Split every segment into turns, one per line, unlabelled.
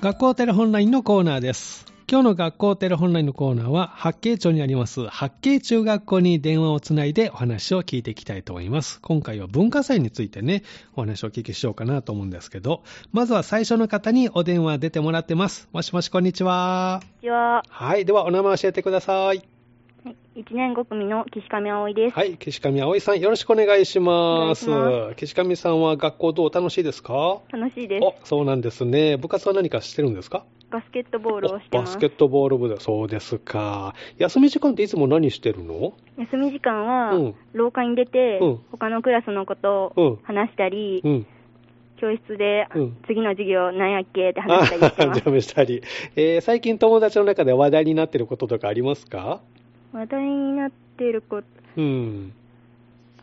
学校テレホンラインのコーナーです。今日の学校テレホンラインのコーナーは、八景町にあります八景中学校に電話をつないでお話を聞いていきたいと思います。今回は文化祭についてね、お話をお聞きしようかなと思うんですけど、まずは最初の方にお電話出てもらってます。もしもし、こんにちは。
こんにちは。
はい、ではお名前教えてください。
はい、1年5組の岸上葵です。
はい、岸上葵さん、よろしくお願いします。
お願いし
岸上さんは学校どう楽しいですか
楽しいです。
お、そうなんですね。部活は何かしてるんですか
バスケットボールをして
バ
ま
ス
す
ケ。ットボール部で、そうですか。休み時間っていつも何してるの
休み時間
う
は
ん、
廊下に出て、
うん
他のクラスのこと
うん
を話したり、
うん。
教室で、
うん
次の授業なんやっけって
あ
話したりして ます
ジ。ャムしたり。えー最近友達の中で話題になってることとかありますか
話題になってること、
うん。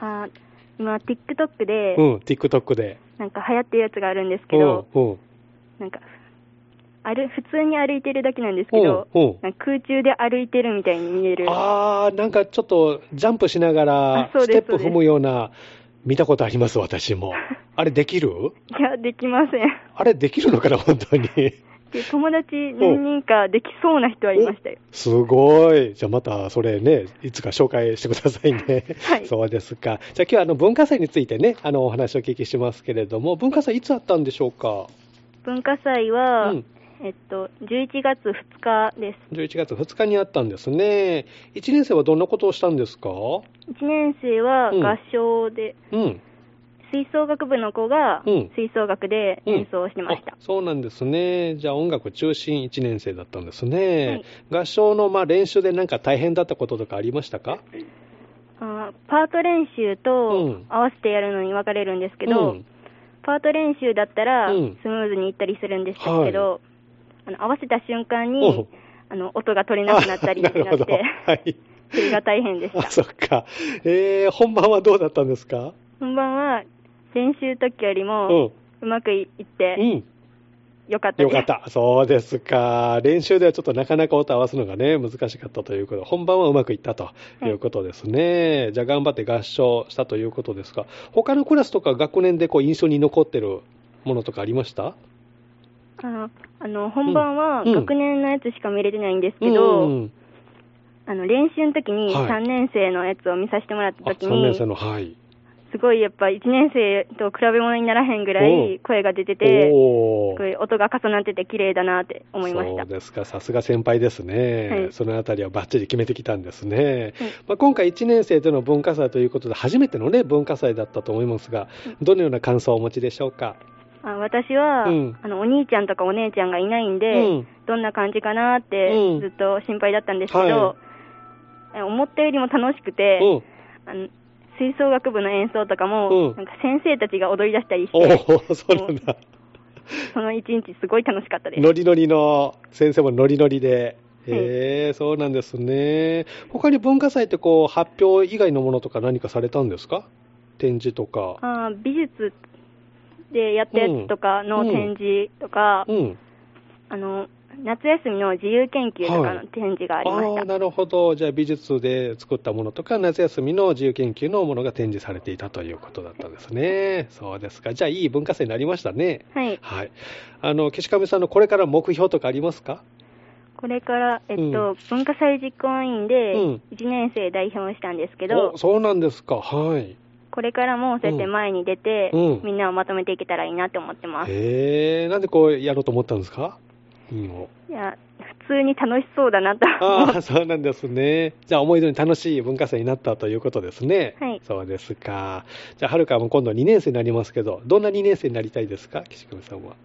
あ今、TikTok で、
うん、TikTok で。
なんか流行ってるやつがあるんですけ
うん
ど、、
うん。
なんか、ある普通に歩いてるだけなんですけど、
うんうん
なんか空中で歩いてるみたいに見える。
あー、なんかちょっとジャンプしながら
あ、そう
ス
で
テ
す
ップ踏むような、見たことあります、私 も。あれできる
いや、できません。
あれできるのかな、本当に。
で友達何人かできそうな人はいましたよ。
すごい。じゃあまたそれね、いつか紹介してくださいね。
はい
そうですか。じゃあ今日はあの文化祭についてね、あのお話をお聞きしますけれども、文化祭いつあったんでしょうか
文化祭は、
うん
えっと、11月2日で
?11 月2日にあったんですね。1年生はどんなことをしたんですか
す。1年生は
うん
合唱で、
うん。
吹奏楽部の子が
うん
吹奏楽で
うん
演奏してました
あ。そうなんですね。じゃあ音楽中心1年生だったんですね。合唱のまあ練習でなんか大変だったこととかありましたか
あーパート練習
う
と
ん
合わせてやるのに分かれるんですけど、
うん
パート練習だったらス
う
ム
ん
ーズにいったりするんですけど、あの合わせた瞬間
おう
にあの音が取れなくなったり
あ
し
な
な
るほ
っ
ど。
て、
はい。
それが大変でした
あ、。そっか。えー、本番はどうだったんですか
本番は練習時よ
う
り
ん
も。うまくいって
うん。
よかった
よ
です。
かった。そうですか。練習ではちょっとなかなか音合わすのがね、難しかったということ。本番はうまくいったということですね。じゃあ頑張って合唱したということですが、他のクラスとか学年でこう印象に残ってるものとかありました
あのあの本番は
うん
学年のやつしか見れてないんですけど、
うん。
あの練習の時に
はい
3年生のやつを見させてもらった
あ、
時
3
に、
年生の、はい。
すごいやっぱ1年生と比べ物にならへんぐら
うん
い声が出てて、
おー
すごい音が重なってて綺麗だなって思いました
そう。ですか、さすが先輩ですね、
はい
そのあたりはばっちり決めてきたんですね、
はい
まあ、今回、1年生での文化祭ということで、初めての、ね、文化祭だったと思いますが、どのような感想をお持ちでしょうか。
あ私は、
うん
あのお兄ちゃんとかお姉ちゃんがいないんで、
うん
どんな感じかなって
うん
ずっと心配だったんですけど、
は
え思ったよりも楽しくて、
うん
あの吹奏楽部の演奏とか
う
も、
ん
なんか先生たちが踊り出したりして、
おお、そうなんだ。
その一日すごい楽しかったです。
ノリノリの、先生もノリノリで。
うん
へえ、そうなんですね。他に文化祭ってこう、発表以外のものとか何かされたんですか展示とか。
あー美術でやったやつとか
う
の
ん
展示とか、
うん。
あの夏休みの自由研究とかの展示がありました。
ーなるほど。じゃあ、美術で作ったものとか、夏休みの自由研究のものが展示されていたということだったんですね。そうですか。じゃあ、いい文化祭になりましたね。
はい、
はい。あの、岸上さんのこれから目標とかありますか
これから、えっと
うん
文化祭実行委員で
うん
1年生代表をしたんですけど、
おそうなんですか。はい。
これからもそうやって前に出て、
うん
みんなをまとめていけたらいいなって思ってます。
へえ、なんでこうやろうと思ったんですか委員を。
いや普通に楽しそうだなと思
あ
っ
あ、そうなんですね。じゃあ、思い通りに楽しい文化祭になったということですね。
はい
そうですか。じゃあ、はるかも今度2年生になりますけど、どんな2年生になりたいですか、岸上さんは。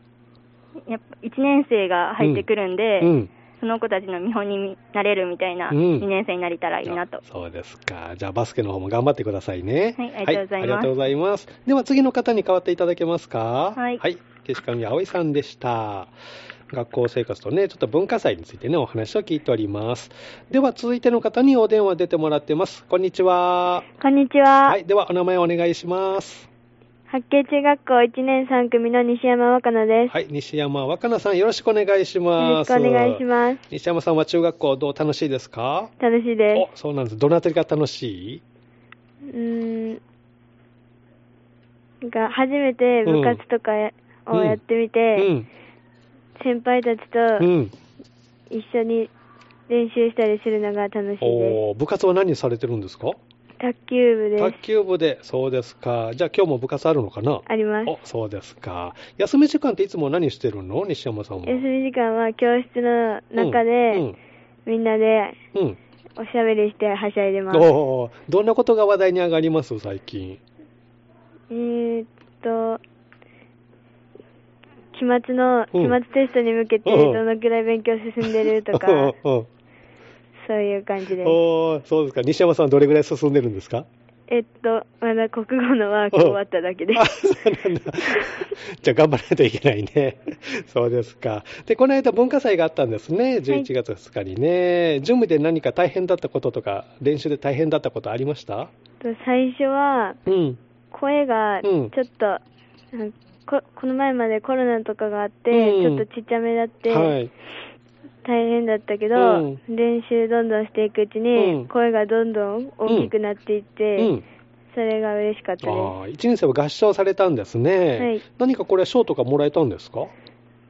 やっぱ1年生が入ってくるんで、
うん。
その子たちの見本になれるみたいな
うん
2年生になれたらいいなと。
あそうですか。じゃあ、バスケの方も頑張ってくださいね。
はいありがとうございます
ありがとうございます。では、次の方に代わっていただけますか。
はい
岸上葵さんでした。学校生活とね、ちょっと文化祭についてね、お話を聞いております。では、続いての方にお電話出てもらってます。こんにちは。
こんにちは。
はい。では、お名前お願いします。
八景中学校1年3組の西山若菜で
はい。西山若菜さん、よろしくお願いします。す。
ます。
西山さんは中学校どう楽しいですか
楽しいで
お、そうなんです。どのあたりが楽しい
うーんが初めて部活とかや
うん
をやってみて、
うん。
先輩たち
う
と
ん。
一緒に練習したりするのが楽しいで
おー部活は何されてるんですか
す。卓球部です
卓。球部で、そうですか。じゃあ今日も部活あるのかな
あります。
お、そうですか。休み時間っていつも何してるの西山さんは。
休み時間は教室の中
う
で
ん、
みんなで
うん。うん
おしゃべりしてはしゃいでます。
おーどんなことが話題に上がります最近。
えーっと、期末の、期
うん
末テストに向けて
うん
どのくらい勉強進んでると か、
うんうん
そういう感じです。
おーそうですか。西山さんどれぐらい進んでるんですか
えっと、まだ国語のワーク終わっただけで
あ
す。
そうなん だ。じゃあ頑張らないといけないね。そうですか。で、この間文化祭があったんですね。11月2日にね。準備で何か大変だったこととか、練習で大変だったことありました
と最初は、
うん。
声がち
う
ょ
ん
っと、なんここの前までコロナとかがあって、
うん
ちょっとちっちゃめだって、
はい。
大変だったけど、
う
練習どんどんしていくうちに、
うん
声がどんどん大きくなっていって、
うん。
それが嬉しかった
あ
です。
あ、1年生は合唱されたんですね。
はい
何かこれは賞とかもらえたんですか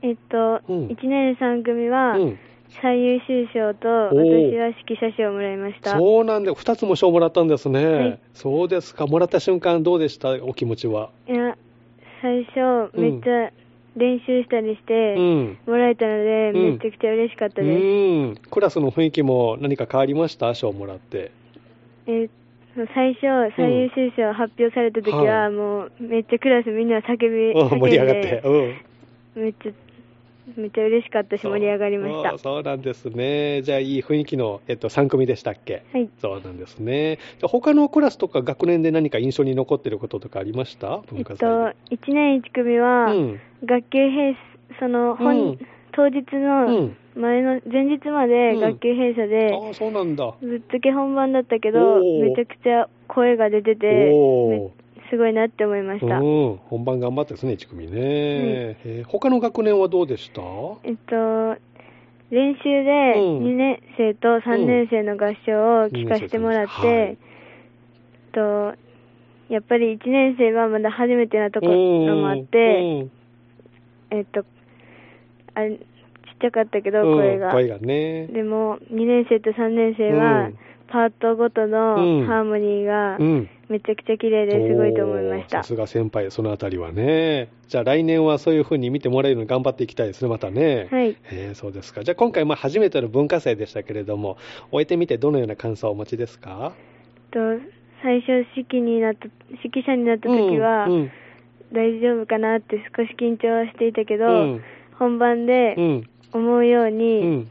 えっと、
うん
1年3組は
うん。
最優秀賞と、
おー
私は指揮者賞をもらいました。
そうなんで、2つも賞もらったんですね。
はい
そうですか。もらった瞬間どうでしたお気持ちは。
いや、最初、めっちゃ練習したりし
う
て、
ん。
もらえたので、
うん
めちゃくちゃ嬉しかった
う
です。
ん。クラスの雰囲気も何か変わりました賞もらって。
え最初、最優秀賞発表された時
は
は、
い
もう、めっちゃクラスみんな叫び、
うん
叫ん
盛り上がって。
で、
うん。
めっちゃ、めっちゃ嬉しかったし、盛り上がりました。
そうそうなんですね。じゃあ、いい雰囲気の、えっと、3組でしたっけ
はい。
そうなんですね。じゃあ他のクラスとか学年で何か印象に残ってることとかありました
え
文
っ
化
と、
祭で。
1年1組は、
うん。
学級閉鎖、その、本
うん
当日の
ん。
前の、前日まで
うん
学級閉鎖で、
ああ、そうなんだ。
ぶっつけ本番だったけど、
おー
めちゃくちゃ声が出てて、
おー
めすごいなって思いました。
うん。本番頑張ったですね、1組ね。えー他の学年はどうでした
えっと、練習
う
で
ん
2年生と3年生の合唱を聞かせてもらって、
はい
えっと、やっぱり1年生はまだ初めてなところもあって、
うん
えっと、あれ、ちっちゃかったけど、
うん
声が。
声がね。
でも、2年生と3年生は、
うん
パートごと
うん
のハーモニーが
うん。
めちゃくちゃ綺麗ですごいと思いまし
お
た
ーさ。すが先輩、そのあたりはね。じゃあ来年はそういうふうに見てもらえるように頑張っていきたいですね、またね。
はい
えーそうですか。じゃあ今回、まあ、初めての文化祭でしたけれども、終えてみてどのような感想をお持ちですか
と最初指揮になった指揮者になった時
う
は、
んうん
大丈夫かなって少し緊張はしていたけど、
うん
本番で
うん
思うよう
う
に
ん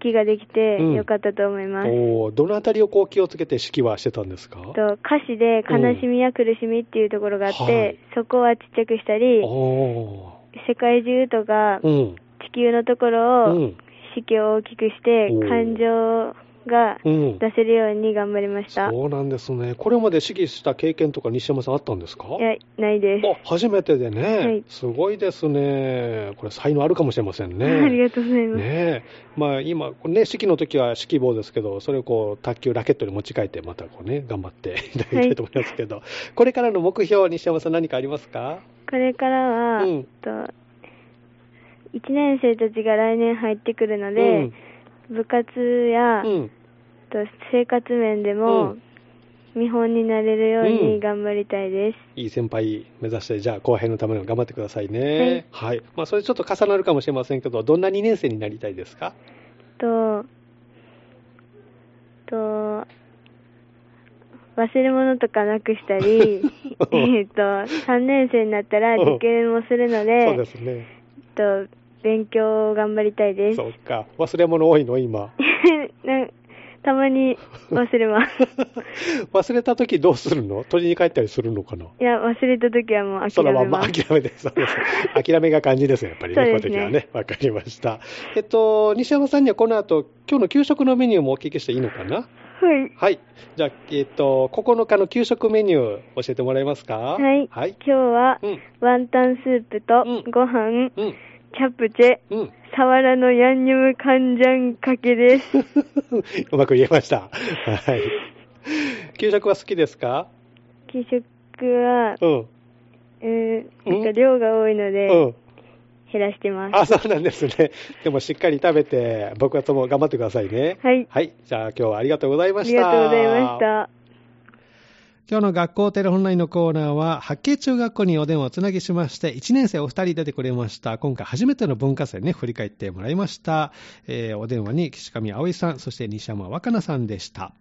指揮ができて
うん
よかったと思います。
おーどのあたりをこう気をつけて指揮はしてたんですか
と歌詞で悲しみや苦しみっていうところがあって、
はい
そこはちっちゃくしたり、
お
世界中とか
ーうん
地球のところ
う
を
ん
指揮を大きくして
おー
感情が
うん
出せるように頑張りました。
そうなんですね。これまで指揮した経験とか西山さんあったんですか
いや、ないです。
あ初めてでね、
はい
すごいですね、これ、才能あるかもしれませんね。
ありがとうございます。
ねえまあ、今、ね、指揮の時は指揮棒ですけど、それをこう卓球、ラケットに持ち替えて、またこう、ね、頑張って いただきたいと思いますけど、これからの目標、西山さん、何かありますか
これからは、
うん
と1年生たちが来年入ってくるので、部活や、
うん、
と生活面で
う
も、
ん
見本になれるよう
うん
に頑張りたいです。
いい先輩目指して、じゃあ、後輩のための頑張ってくださいね。はい、まあ、それちょっと重なるかもしれませんけど、どんな2年生になりたいですか、
とと忘れ物とかなくしたり えっと、3年生になったら受験もするの
そうで
で、
すね。
と勉強を頑張りたいです。
そうか。忘れ物多いの、今。
なたまに忘れます。
忘れた時どうするの取りに帰ったりするのかない
や、忘れた時はもう
そ
諦
のま
め
んま
ます。
諦めて、そうです。諦めが肝心ですね、やっぱりね、
そう
こ
で
の時
すね
はね。わかりました。えっと、西山さんにはこの後、今日の給食のメニューもお聞きしていいのかな
はい。
はい。じゃあ、えっと、9日の給食メニュー、教えてもらえますか
はい。
はい。
今日は、
うん。
ワンタンスープと
うん
ご飯、
うん。
キャプチェ、
うん。
サワラのヤンニョムカンジャンかけです。
うまく言えました。はい。給食は好きですか
給食は、
うん。
うーん、
うん
なんか量が多いので、
うん。
減らしてます。
あ、そうなんですね。でもしっかり食べて、僕はとも頑張ってくださいね。
はい
はい。じゃあ今日はありがとうござい
あ
まし
り
た。
がとうございまし。た。
今日の学校テレホンラインのコーナーは、八景中学校にお電話をつなぎしまして、1年生お二人出てくれました。今回初めての文化祭ね、振り返ってもらいました。えーお電話に岸上葵さん、そして西山若菜さんでした。